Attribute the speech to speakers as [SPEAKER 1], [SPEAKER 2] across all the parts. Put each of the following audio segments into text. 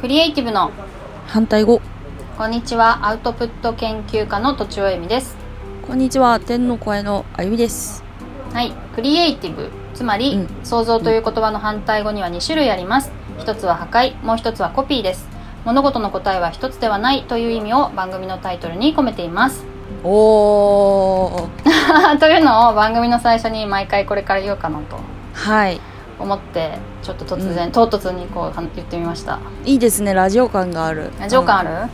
[SPEAKER 1] クリエイティブの
[SPEAKER 2] 反対語
[SPEAKER 1] こんにちはアウトプット研究家のとちおえみです
[SPEAKER 2] こんにちは天の声のあゆみです
[SPEAKER 1] はいクリエイティブつまり、
[SPEAKER 2] うん
[SPEAKER 1] 創造という言葉の反対語には2種類あります一つは破壊もう一つはコピーです物事の答えは一つではないという意味を番組のタイトルに込めています
[SPEAKER 2] おー
[SPEAKER 1] というのを番組の最初に毎回これから言おうかなと
[SPEAKER 2] はい
[SPEAKER 1] 思ってちょっと突然、
[SPEAKER 2] うん
[SPEAKER 1] 唐突にこうは言ってみました
[SPEAKER 2] いいですねラジオ感がある
[SPEAKER 1] ラジオ感ある、
[SPEAKER 2] うんうん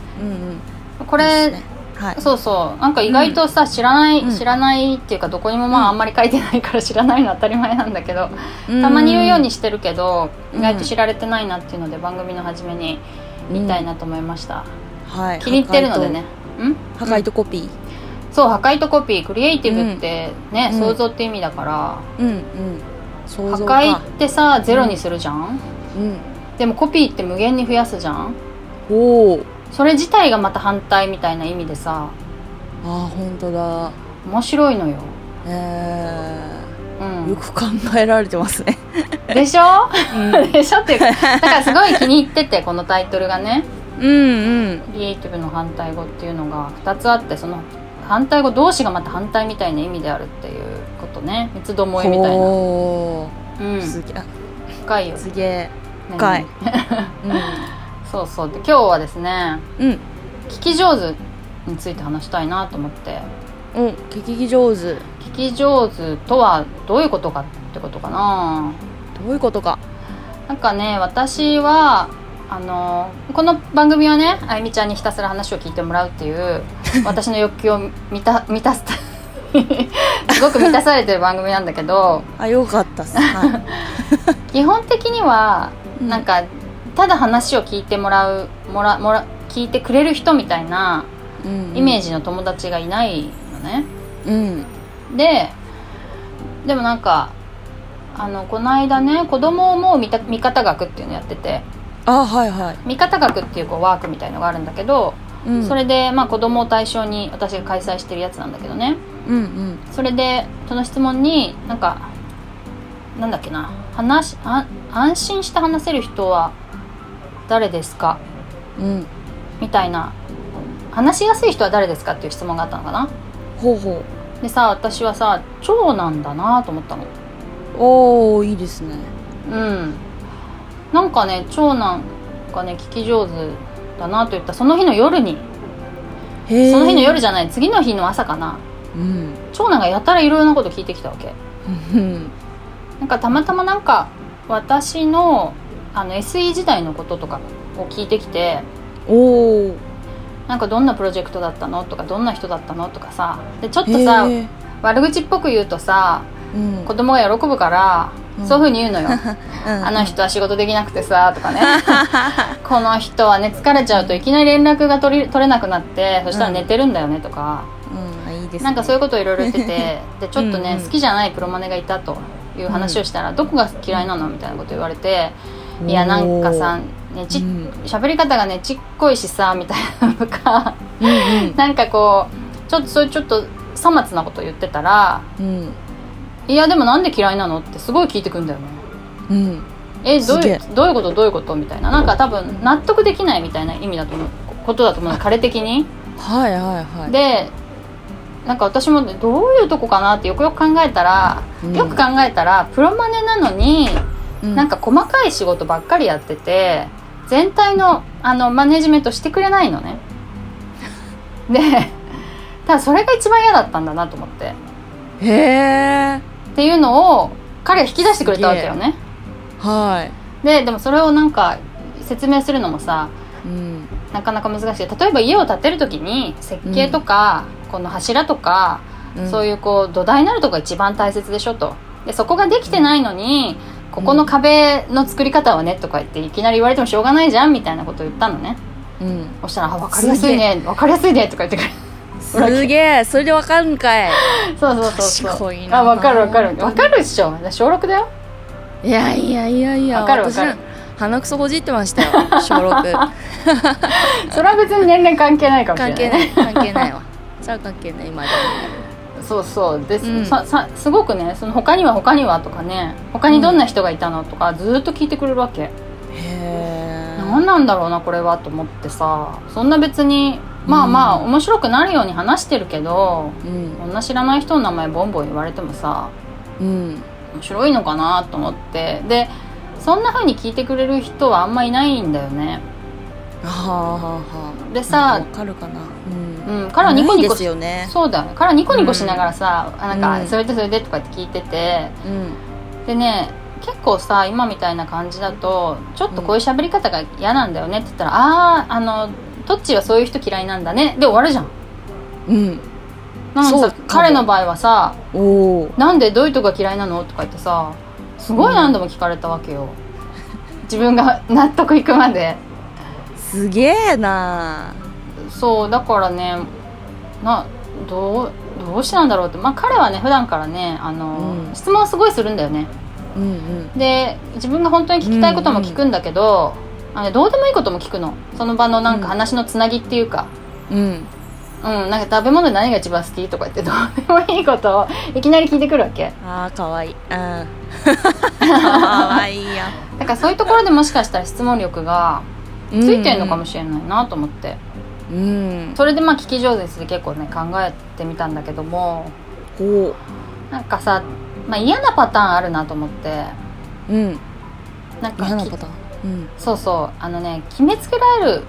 [SPEAKER 1] こ
[SPEAKER 2] こ
[SPEAKER 1] れ、
[SPEAKER 2] はい
[SPEAKER 1] そうそうなんか意外とさ、知らない、
[SPEAKER 2] うん
[SPEAKER 1] 知らないっていうかどこにもまあ、
[SPEAKER 2] うん
[SPEAKER 1] あんまり書いてないから知らないのは当たり前なんだけど、たまに言うようにしてるけど
[SPEAKER 2] うん
[SPEAKER 1] 意外と知られてないなっていうので番組の初めに言いたいなと思いました、
[SPEAKER 2] うんはい
[SPEAKER 1] 気に入ってるのでねうん
[SPEAKER 2] 破壊とコピー
[SPEAKER 1] そう破壊とコピークリエイティブってね、
[SPEAKER 2] うん
[SPEAKER 1] 想像って意味だから、
[SPEAKER 2] うんうん想
[SPEAKER 1] 破
[SPEAKER 2] 像か
[SPEAKER 1] 壊ってさゼロにするじゃん、
[SPEAKER 2] うん
[SPEAKER 1] でもコピーって無限に増やすじゃん
[SPEAKER 2] おお
[SPEAKER 1] それ自体がまた反対みたいな意味でさ
[SPEAKER 2] あー本当だ
[SPEAKER 1] 面白いのよ、
[SPEAKER 2] え
[SPEAKER 1] う
[SPEAKER 2] ー、よ
[SPEAKER 1] ん、
[SPEAKER 2] く考えられてますね、
[SPEAKER 1] でしょ
[SPEAKER 2] うん、
[SPEAKER 1] でしょっていうかだからすごい気に入っててこのタイトルがね
[SPEAKER 2] うんうん
[SPEAKER 1] クリエイティブの反対語っていうのが2つあってその反対語同士がまた反対みたいな意味であるっていうことね三つどもえみたいな、
[SPEAKER 2] お
[SPEAKER 1] うん
[SPEAKER 2] ー、すげえ
[SPEAKER 1] 深いよ
[SPEAKER 2] すげえ
[SPEAKER 1] 何
[SPEAKER 2] 深い
[SPEAKER 1] そうそうで今日はですね
[SPEAKER 2] うん、うん
[SPEAKER 1] 聞き上手について話したいなと思って
[SPEAKER 2] うん、聞き上手ど
[SPEAKER 1] 聞き上手とはどういうことかってことかな
[SPEAKER 2] ういうことか
[SPEAKER 1] なんかね私はあのこの番組はねあゆみちゃんにひたすら話を聞いてもらうっていう 私の欲求を満た満たす たすごく満たされてる番組なんだけど
[SPEAKER 2] あよかったっす、は、
[SPEAKER 1] 基本的にはいなんかただ話を聞いてもらうもらもら聞いてくれる人みたいな
[SPEAKER 2] うん、
[SPEAKER 1] イメー
[SPEAKER 2] ジ
[SPEAKER 1] ジの友達がいないのね。
[SPEAKER 2] うん
[SPEAKER 1] ででもなんかあのこの間ね子供をもう見た見方学っていうのやってて
[SPEAKER 2] あはいはい、
[SPEAKER 1] 見方学っていうこうワークみたいのがあるんだけど
[SPEAKER 2] うん、
[SPEAKER 1] それで、まあ、子供を対象に私が開催してるやつなんだけどね
[SPEAKER 2] うんうん
[SPEAKER 1] それでその質問になんかなんだっけな話しあ安心して話せる人は誰ですか
[SPEAKER 2] うん
[SPEAKER 1] みたいな話しやすい人は誰ですかっていう質問があったのかな
[SPEAKER 2] ほうほ
[SPEAKER 1] でさ私はさ長男だなと思ったの
[SPEAKER 2] うおおいいですね
[SPEAKER 1] うんなんかね長男がね聞き上手だなと言ったその日の夜に
[SPEAKER 2] へえ
[SPEAKER 1] その日の夜じゃない次の日の朝かな
[SPEAKER 2] うん
[SPEAKER 1] 長男がやたらいろいろなこと聞いてきたわけ
[SPEAKER 2] うん
[SPEAKER 1] なんかたまたまなんか私のあの SE 時代のこととかを聞いてきて
[SPEAKER 2] おお
[SPEAKER 1] なんかどんなプロジェクトだったのとかどんな人だったのとかさでちょっとさ悪口っぽく言うとさ
[SPEAKER 2] うん
[SPEAKER 1] 子供が喜ぶから、
[SPEAKER 2] うん
[SPEAKER 1] そういうふうに言う のよあ
[SPEAKER 2] あ
[SPEAKER 1] の人は仕事できなくてさとか ねこの人はね疲れちゃうといきなり連絡が取り取れなくなってそしたら寝てるんだよねとか、
[SPEAKER 2] うんあいいですね
[SPEAKER 1] なんかそういうことをいろいろ言って てでちょっとね
[SPEAKER 2] うんうん
[SPEAKER 1] 好きじゃないプロマネがいたという話をしたら、どこが嫌いなのみたいなこと言われて、いやなんかさねち
[SPEAKER 2] うん
[SPEAKER 1] 喋、り方がねちっこいしさみたいなのとか
[SPEAKER 2] おー
[SPEAKER 1] なんかこうちょっとそういうちょっとさまつなこと言ってたら
[SPEAKER 2] うんうん
[SPEAKER 1] 「いやでもなんで嫌いなの?」ってすごい聞いてくんだよね。
[SPEAKER 2] うんうん
[SPEAKER 1] えどう
[SPEAKER 2] すげ
[SPEAKER 1] い
[SPEAKER 2] え
[SPEAKER 1] うどういうことどういうことみたいななんか多分納得できないみたいな意味だと思うことだと思うの彼的に。
[SPEAKER 2] はいはいはい
[SPEAKER 1] でなんか私もどういうとこかなってよくよく考えたら、
[SPEAKER 2] うん
[SPEAKER 1] よく考えたらプロマネなのに、
[SPEAKER 2] うん
[SPEAKER 1] なんか細かい仕事ばっかりやってて全体のあのマネジメントしてくれないのね。でただそれが一番嫌だったんだなと思って
[SPEAKER 2] へえ
[SPEAKER 1] っていうのを彼が引き出してくれたわけよね。
[SPEAKER 2] は
[SPEAKER 1] ででもそれをなんか説明するのもさ
[SPEAKER 2] いうん
[SPEAKER 1] なかなか難しい例えば家を建てる時に設計とか、この柱とか、そう
[SPEAKER 2] い
[SPEAKER 1] いうこう土台になるとこが一番大切でしょとでそこができてないのにここの壁の作り方はねとか言っていきなり言われてもしょうがないじゃんみたいなことを言ったのね
[SPEAKER 2] うんうん
[SPEAKER 1] そしたら「あ分かりやすいね分かりやすいね」とか言ってく れる
[SPEAKER 2] すげえそれでわかるんかい
[SPEAKER 1] そうそうそうそう
[SPEAKER 2] 賢いな
[SPEAKER 1] あ分かる分かる分かるっしょ小6だよ
[SPEAKER 2] いやいやいやいや
[SPEAKER 1] わかるわかる
[SPEAKER 2] 私鼻くそほじってましたよ小6
[SPEAKER 1] それは別に年齢関係ないかもしれ
[SPEAKER 2] 関
[SPEAKER 1] ないね
[SPEAKER 2] 係ない関係ないわそれは関係ない今で
[SPEAKER 1] そうそうです、
[SPEAKER 2] うん
[SPEAKER 1] ささすごくねその他には他にはとかね他にどんな人がいたのとかずーっと聞いてくれるわけ、
[SPEAKER 2] もへえ
[SPEAKER 1] 何なんだろうなこれはと思ってさそんな別にまあまあ
[SPEAKER 2] うん
[SPEAKER 1] 面白くなるように話してるけど、
[SPEAKER 2] うん
[SPEAKER 1] こんな知らない人の名前ボンボン言われてもさ
[SPEAKER 2] うん
[SPEAKER 1] 面白いのかなと思ってでそんな風に聞いてくれる人はあんまいないんだよね
[SPEAKER 2] はあはあはあ
[SPEAKER 1] でさ
[SPEAKER 2] わかるかなうん
[SPEAKER 1] うん彼はニコニ
[SPEAKER 2] な
[SPEAKER 1] コ
[SPEAKER 2] いです
[SPEAKER 1] し
[SPEAKER 2] よね
[SPEAKER 1] そうだよね彼はニコニコしながらさ、あなん
[SPEAKER 2] う
[SPEAKER 1] か
[SPEAKER 2] ん
[SPEAKER 1] それでそれでとかって聞いてて
[SPEAKER 2] うん
[SPEAKER 1] でね結構さ今みたいな感じだとちょっとこういう喋り方が嫌なんだよねって言ったら、あああのトッチーはそういう人嫌いなんだねで終わるじゃん
[SPEAKER 2] うん
[SPEAKER 1] なのに
[SPEAKER 2] そ
[SPEAKER 1] さ
[SPEAKER 2] うかも
[SPEAKER 1] 彼の場合はさ
[SPEAKER 2] おお
[SPEAKER 1] 「なんでどういうとこが嫌いなの?」とか言ってさすごい何度も聞かれたわけよ、自分が 納得いくまです
[SPEAKER 2] げえな
[SPEAKER 1] そうだからねなどうどうしてなんだろうってまあ彼はね普段からねあの、
[SPEAKER 2] うん
[SPEAKER 1] 質問をすごいするんだよね
[SPEAKER 2] うんうん
[SPEAKER 1] で自分が本当に聞きたいことも聞くんだけど、あのどうでもいいことも聞くのその場のなんか話のつなぎっていうか、
[SPEAKER 2] うん
[SPEAKER 1] うんなんか食べ物で何が一番好きとか言ってどうでもいいことをいきなり聞いてくるわけ
[SPEAKER 2] ああかわいいうん かわいいや
[SPEAKER 1] だからそういうところでもしかしたら質問力がついてるのかもしれないなと思って、
[SPEAKER 2] うん
[SPEAKER 1] それでまあ聞き上手にする結構ね考えてみたんだけども
[SPEAKER 2] こ
[SPEAKER 1] なんかさ、まあ、嫌なパターンあるなと思って
[SPEAKER 2] ううん
[SPEAKER 1] なんか
[SPEAKER 2] 嫌な
[SPEAKER 1] き
[SPEAKER 2] パターン
[SPEAKER 1] そうそうあのね決めつけられる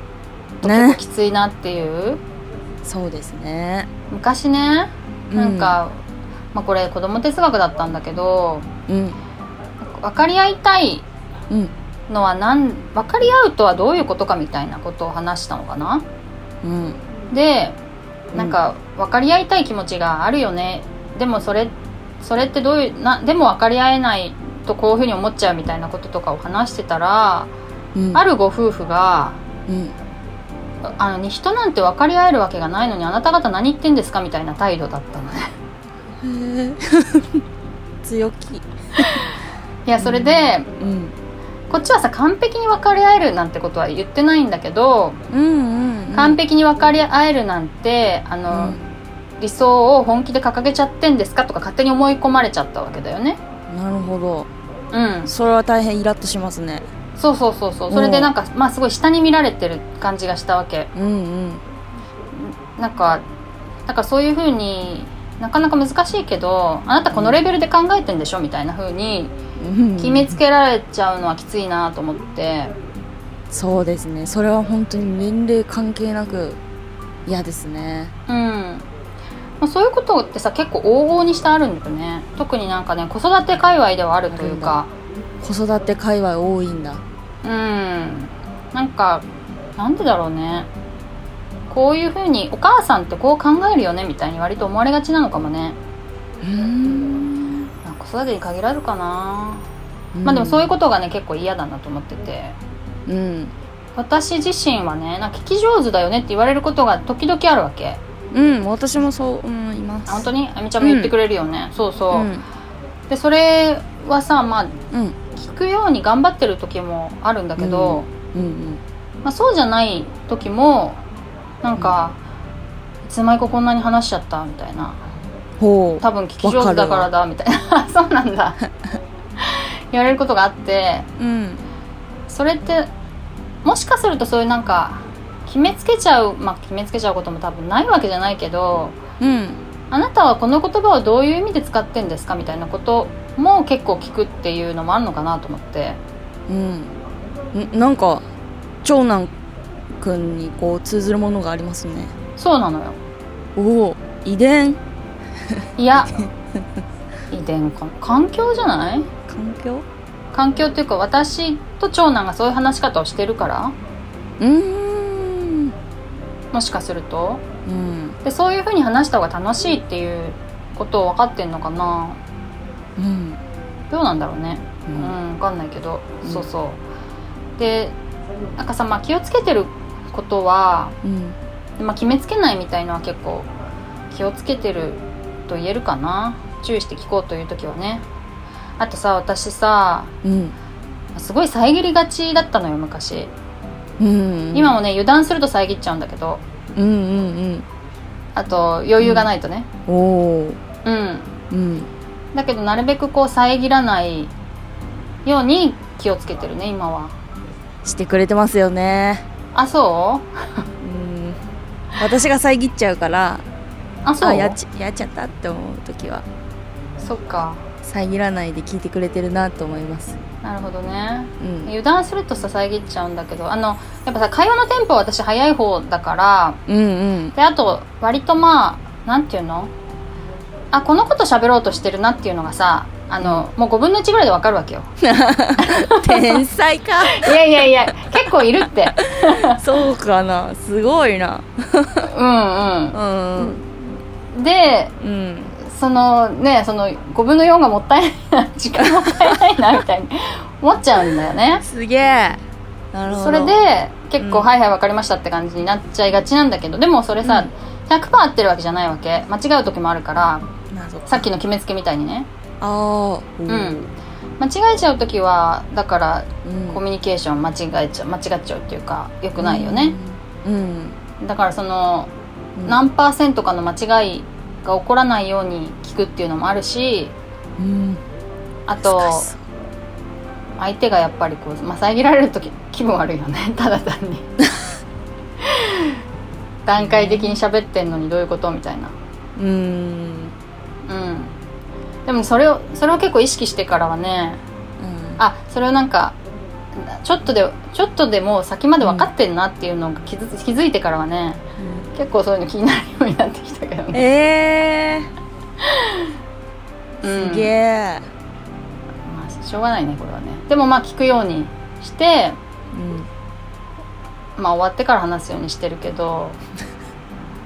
[SPEAKER 2] う
[SPEAKER 1] と結構
[SPEAKER 2] んね
[SPEAKER 1] きついなっていう、
[SPEAKER 2] そうですね
[SPEAKER 1] 昔ねなんか、まあ、これ子供哲学だったんだけど
[SPEAKER 2] うん
[SPEAKER 1] 分かり合いたい
[SPEAKER 2] うん
[SPEAKER 1] のはなん分かり合うとはどういうことかみたいなことを話したのかな
[SPEAKER 2] うん
[SPEAKER 1] でなんか分かり合いたい気持ちがあるよねでもそれそれってどういうなでも分かり合えないとこういうふうに思っちゃうみたいなこととかを話してたら、
[SPEAKER 2] うん
[SPEAKER 1] あるご夫婦が
[SPEAKER 2] うん
[SPEAKER 1] 「あの人なんて分かり合えるわけがないのにあなた方何言ってんですか?」みたいな態度だったのね。
[SPEAKER 2] へえ強気
[SPEAKER 1] いやそれで、
[SPEAKER 2] うん
[SPEAKER 1] こっちはさ完璧に分かり合えるなんてことは言ってないんだけど、
[SPEAKER 2] うんうん
[SPEAKER 1] 完璧に分かり合えるなんてあ
[SPEAKER 2] う
[SPEAKER 1] の、
[SPEAKER 2] ん
[SPEAKER 1] 理想を本気で掲げちゃってんですかとか勝手に思い込まれちゃったわけだよね。
[SPEAKER 2] なるほど
[SPEAKER 1] うん、
[SPEAKER 2] それは大変イラッとしますね
[SPEAKER 1] そうそうそうそううんそれでなんか、まあすごい下に見られてる感じがしたわけ
[SPEAKER 2] うんうん
[SPEAKER 1] なんかなんかそういうふうになかなか難しいけどあなたこのレベルで考えてんでしょみたいなふうに
[SPEAKER 2] うん
[SPEAKER 1] 決めつけられちゃうのはきついなと思って
[SPEAKER 2] そうですねそれは本当に年齢関係なく嫌ですね
[SPEAKER 1] うん、まあ、そういうことってさ結構往々にしてあるんだよね特になんかね子育て界隈ではあるというか
[SPEAKER 2] 子育て界隈多いんだ
[SPEAKER 1] うんなんかなんでだろうねこういうふうにお母さんってこう考えるよねみたいに割と思われがちなのかもね
[SPEAKER 2] うん
[SPEAKER 1] まあ子育てに限られるかな、まあでもそういうことがね結構嫌だなと思ってて
[SPEAKER 2] とうん
[SPEAKER 1] 私自身はねなんか聞き上手だよねって言われることが時々あるわけ
[SPEAKER 2] うん私もそう思います
[SPEAKER 1] あ本当にあみちゃんも言ってくれるよね、そうそう、
[SPEAKER 2] うん
[SPEAKER 1] でそれはさまあ
[SPEAKER 2] うん
[SPEAKER 1] 聞くように頑張ってる時もあるんだけど、
[SPEAKER 2] うん
[SPEAKER 1] まあ、そうじゃない時もなんか、いつの間にかこんなに話しちゃったみたいな
[SPEAKER 2] うんほ
[SPEAKER 1] 多分聞き上手だからだみたいな そうなんだ言われることがあって
[SPEAKER 2] ううん
[SPEAKER 1] それってもしかするとそういうなんか決めつけちゃうまあ決めつけちゃうことも多分ないわけじゃないけど
[SPEAKER 2] うん
[SPEAKER 1] あなたはこの言葉をどういう意味で使ってんですかみたいなことも結構聞くっていうのもあるのかなと思って
[SPEAKER 2] うんんなんか長男くんにこう通ずるものがありますね
[SPEAKER 1] そうなのよ
[SPEAKER 2] おお遺伝
[SPEAKER 1] いや遺伝か環境じゃない
[SPEAKER 2] 環境
[SPEAKER 1] 環境っていうか私と長男がそういう話し方をしてるから
[SPEAKER 2] うーん
[SPEAKER 1] もしかすると
[SPEAKER 2] うん
[SPEAKER 1] でそういうふうに話した方が楽しいっていうことを分かってんのかな
[SPEAKER 2] うん
[SPEAKER 1] どうなんだろうね
[SPEAKER 2] う
[SPEAKER 1] うん
[SPEAKER 2] ん、
[SPEAKER 1] 分かんないけど、
[SPEAKER 2] うん
[SPEAKER 1] そうそうでなんかさ、まあ、気をつけてることは、
[SPEAKER 2] うん、
[SPEAKER 1] まあ、決めつけないみたいのは結構気をつけてると言えるかな注意して聞こうという時はねあとさ私さ
[SPEAKER 2] うん
[SPEAKER 1] すごい遮りがちだったのよ昔
[SPEAKER 2] うん
[SPEAKER 1] 今もね油断すると遮っちゃうんだけど
[SPEAKER 2] うんうん
[SPEAKER 1] あと余裕がないとね
[SPEAKER 2] うんおお
[SPEAKER 1] うん、
[SPEAKER 2] うん
[SPEAKER 1] だけどなるべくこう遮らないように気をつけてるね今は
[SPEAKER 2] してくれてますよね
[SPEAKER 1] あそ
[SPEAKER 2] うん私が遮っちゃうから
[SPEAKER 1] うあそう
[SPEAKER 2] あやっちやっちゃったって思う時は
[SPEAKER 1] そっか
[SPEAKER 2] 遮らないで聞いてくれてるなと思います
[SPEAKER 1] なるほどね
[SPEAKER 2] うん
[SPEAKER 1] 油断するとさ遮っちゃうんだけどあのやっぱさ会話のテンポは私早い方だから
[SPEAKER 2] うんうん
[SPEAKER 1] であと割とまあなんていうのあこのこと喋ろうとしてるなっていうのがさあのもう5分の1ぐらいでわかるわけよ
[SPEAKER 2] 天才か
[SPEAKER 1] いやいやいや結構いるって
[SPEAKER 2] そうかなすごいな
[SPEAKER 1] うんうん
[SPEAKER 2] うん
[SPEAKER 1] で
[SPEAKER 2] うん
[SPEAKER 1] そのねその5分の4がもったいないな時間もったいないなみたいに思っちゃうんだよね
[SPEAKER 2] すげえなるほど
[SPEAKER 1] それで結構、
[SPEAKER 2] うん
[SPEAKER 1] はいはい分かりましたって感じになっちゃいがちなんだけどでもそれさ、100%合ってるわけじゃないわけ間違う時もあるから
[SPEAKER 2] なるほど
[SPEAKER 1] さっきの決めつけみたいにね
[SPEAKER 2] ああう
[SPEAKER 1] うん間違えちゃう時はだから
[SPEAKER 2] うん
[SPEAKER 1] コミュニケーション間違えちゃう間違っちゃうっていうかよくないよね、
[SPEAKER 2] うんうん
[SPEAKER 1] だからその
[SPEAKER 2] うん
[SPEAKER 1] 何パーセントかの間違いが起こらないように聞くっていうのもあるし
[SPEAKER 2] うん
[SPEAKER 1] あと
[SPEAKER 2] 難しそう
[SPEAKER 1] 相手がやっぱりこう、まあ、遮られる時気分悪いよね ただ単 に段階的に喋ってんのにどういうことみたいな
[SPEAKER 2] うん
[SPEAKER 1] うんでもそれをそれを結構意識してからはね
[SPEAKER 2] うん
[SPEAKER 1] あそれをなんかちょっとでちょっとでも先まで分かってんなっていうのが気づ気づいてからはね結構そういうの気になるようになってきたけどね、
[SPEAKER 2] え
[SPEAKER 1] う
[SPEAKER 2] ー
[SPEAKER 1] ん
[SPEAKER 2] すげえ
[SPEAKER 1] まあ、しょうがないねこれはねでもまあ聞くようにして
[SPEAKER 2] うん
[SPEAKER 1] まあ終わってから話すようにしてるけど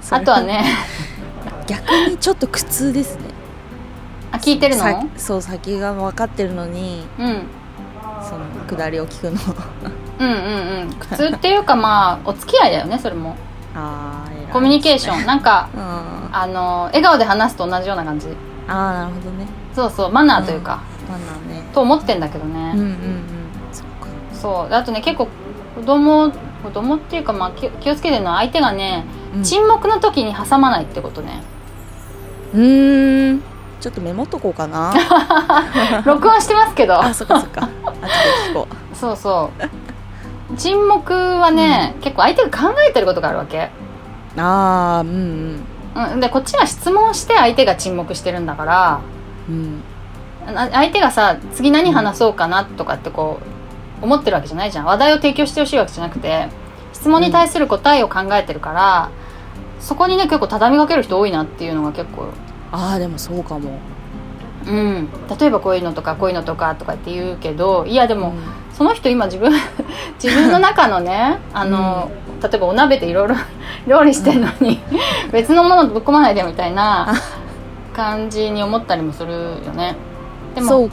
[SPEAKER 2] そ
[SPEAKER 1] あ
[SPEAKER 2] れ
[SPEAKER 1] とは ね
[SPEAKER 2] 逆にちょっと苦痛ですね
[SPEAKER 1] あ聞いてるの
[SPEAKER 2] さそう先が分かってるのに
[SPEAKER 1] うん、うん
[SPEAKER 2] その下りを聞くの
[SPEAKER 1] うんうん苦痛っていうかまあお付き合いだよねそれも
[SPEAKER 2] あー偉い
[SPEAKER 1] コミュニケーションなんか
[SPEAKER 2] うんあ
[SPEAKER 1] あの笑顔で話すと同じような感じ
[SPEAKER 2] ーなるほどね
[SPEAKER 1] そうそうマナーというか、
[SPEAKER 2] まあなね
[SPEAKER 1] と思ってんだけど
[SPEAKER 2] うんうん
[SPEAKER 1] ね、
[SPEAKER 2] うんそっか
[SPEAKER 1] そうであとね結構子供子供っていうかまあ気を気をつけてるのは相手がね、
[SPEAKER 2] うん
[SPEAKER 1] 沈黙の時に挟まないってことね
[SPEAKER 2] うーんちょっとメモっとこうか な
[SPEAKER 1] 録音してますけど
[SPEAKER 2] あそっかそっかあとで聞こ
[SPEAKER 1] そうそう沈黙はね、結構相手が考えてることがあるわけ、
[SPEAKER 2] うああうん
[SPEAKER 1] うん、でこっちが質問して相手が沈黙してるんだから
[SPEAKER 2] うんうん
[SPEAKER 1] あ相手がさ次何話そうかなとかってこう思ってるわけじゃないじゃん話題を提供してほしいわけじゃなくて質問に対する答えを考えてるから、そこにね結構畳みかける人多いなっていうのが結構
[SPEAKER 2] ああでもそうかも
[SPEAKER 1] うん例えばこういうのとかこういうのとかとかって言うけどいやでも、
[SPEAKER 2] うん
[SPEAKER 1] その人今自分 自分の中のねあの、例えばお鍋でいろいろ 料理してるのに別のものぶっ込まないでみたいな感じに思ったりもするよねでもそ
[SPEAKER 2] そうう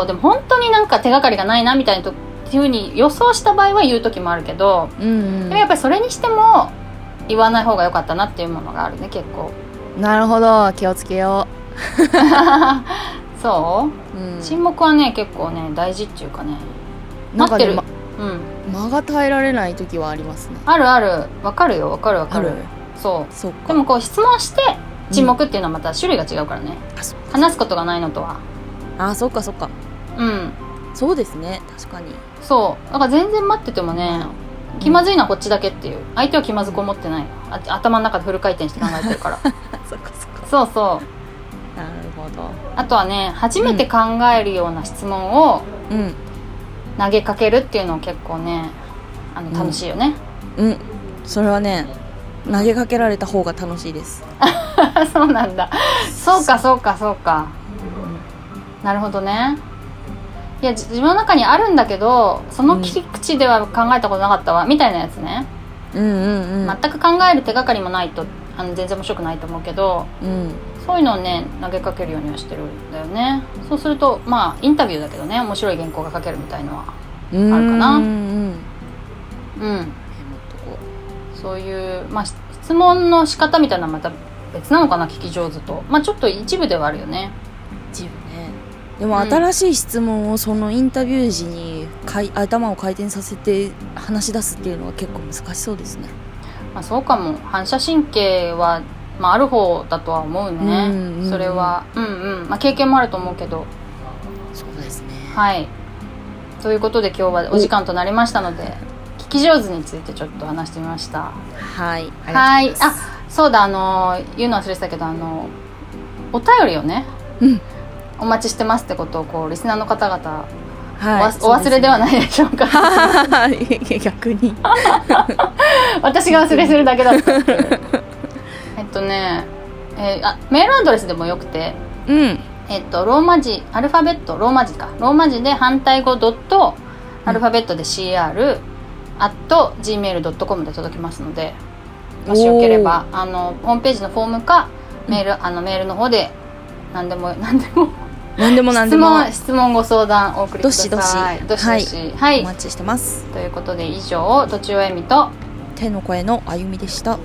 [SPEAKER 2] か
[SPEAKER 1] でも本当になんか手がかりがないなみたいなとっていうふうに予想した場合は言う時もあるけど
[SPEAKER 2] うん、う
[SPEAKER 1] で
[SPEAKER 2] ん
[SPEAKER 1] もやっぱりそれにしても言わない方が良かったなっていうものがあるね結構
[SPEAKER 2] なるほど気をつけよ、
[SPEAKER 1] そう
[SPEAKER 2] う
[SPEAKER 1] う、
[SPEAKER 2] ん、
[SPEAKER 1] 沈黙はね結構ね大事っていうかね
[SPEAKER 2] なんか
[SPEAKER 1] 待ってる
[SPEAKER 2] ねま
[SPEAKER 1] うん
[SPEAKER 2] 間が耐えられない時はありますね
[SPEAKER 1] あるあるわかるよわかるわかるそう
[SPEAKER 2] そっか
[SPEAKER 1] でもこう質問して
[SPEAKER 2] うん
[SPEAKER 1] 沈黙っていうのはまた種類が違うからね、
[SPEAKER 2] あそっか
[SPEAKER 1] 話すことがないのとは
[SPEAKER 2] あそっかそっか
[SPEAKER 1] うん
[SPEAKER 2] そうですね確かに
[SPEAKER 1] そうだから全然待っててもね気まずいのはこっちだけっていう相手は気まずく思ってないあ頭の中でフル回転して考えてるから
[SPEAKER 2] そっかそっか
[SPEAKER 1] そうそう
[SPEAKER 2] なるほど
[SPEAKER 1] あとはね初めて考えるような質問を
[SPEAKER 2] うん
[SPEAKER 1] 投げかけるっていうのを結構ねあ
[SPEAKER 2] う
[SPEAKER 1] の
[SPEAKER 2] ん
[SPEAKER 1] 楽しいよね、
[SPEAKER 2] うんそれはね投げかけられた方が楽しいです、
[SPEAKER 1] そうなんだそうかそうかそうかなるほどねいやじ自分の中にあるんだけどその切り口では考えたことなかったわ、みたいなやつね
[SPEAKER 2] うん、うんうん
[SPEAKER 1] 全く考える手がかりもないとあの全然面白くないと思うけど
[SPEAKER 2] うん
[SPEAKER 1] そういうのをね投げかけるようにはしてるんだよねそうするとまあインタビューだけどね面白い原稿が書けるみたいのは
[SPEAKER 2] うん
[SPEAKER 1] あるかな
[SPEAKER 2] うんうんメ
[SPEAKER 1] うん
[SPEAKER 2] モっとこ
[SPEAKER 1] そういう、まあ、し質問の仕方みたいなのはまた別なのかな聞き上手とまあちょっと一部ではあるよね
[SPEAKER 2] う自分ねでも
[SPEAKER 1] うん
[SPEAKER 2] 新しい質問をそのインタビュー時にかい頭を回転させて話し出すっていうのは結構難しそうですね
[SPEAKER 1] まあ、そうかも反射神経は、まあ、ある方だとは思うね、
[SPEAKER 2] うんうんうん
[SPEAKER 1] それはうんうん、まあ、経験もあると思うけど
[SPEAKER 2] そうですね
[SPEAKER 1] はいということで今日はお時間となりましたので聞き上手についてちょっと話してみました
[SPEAKER 2] はい
[SPEAKER 1] は
[SPEAKER 2] あ
[SPEAKER 1] い
[SPEAKER 2] りがとうござい
[SPEAKER 1] あ
[SPEAKER 2] ます
[SPEAKER 1] そうだあの言うの忘れてたけどあのお便りをね
[SPEAKER 2] うん
[SPEAKER 1] お待ちしてますってことをこうリスナーの方々お
[SPEAKER 2] は
[SPEAKER 1] わお忘れではいないでしょうか
[SPEAKER 2] そうですね いや逆に
[SPEAKER 1] 私が忘れてるだけだったっていう えっとね、えーあメールアドレスでもよくて
[SPEAKER 2] うん
[SPEAKER 1] えっと、ローマ字アルファベットローマ字かローマ字で反対語ドットアルファベットで CR アット gmail.com で届きますのでもしよければあのホームページのフォームかメール、あのメールの方で何でも 何でも
[SPEAKER 2] 何でも何
[SPEAKER 1] 質
[SPEAKER 2] でも
[SPEAKER 1] 問質問ご相談お送りください
[SPEAKER 2] どしどし
[SPEAKER 1] どしどしはい、
[SPEAKER 2] お待ちしてます
[SPEAKER 1] ということで以上とちおえみと
[SPEAKER 2] 手の声のあゆみでした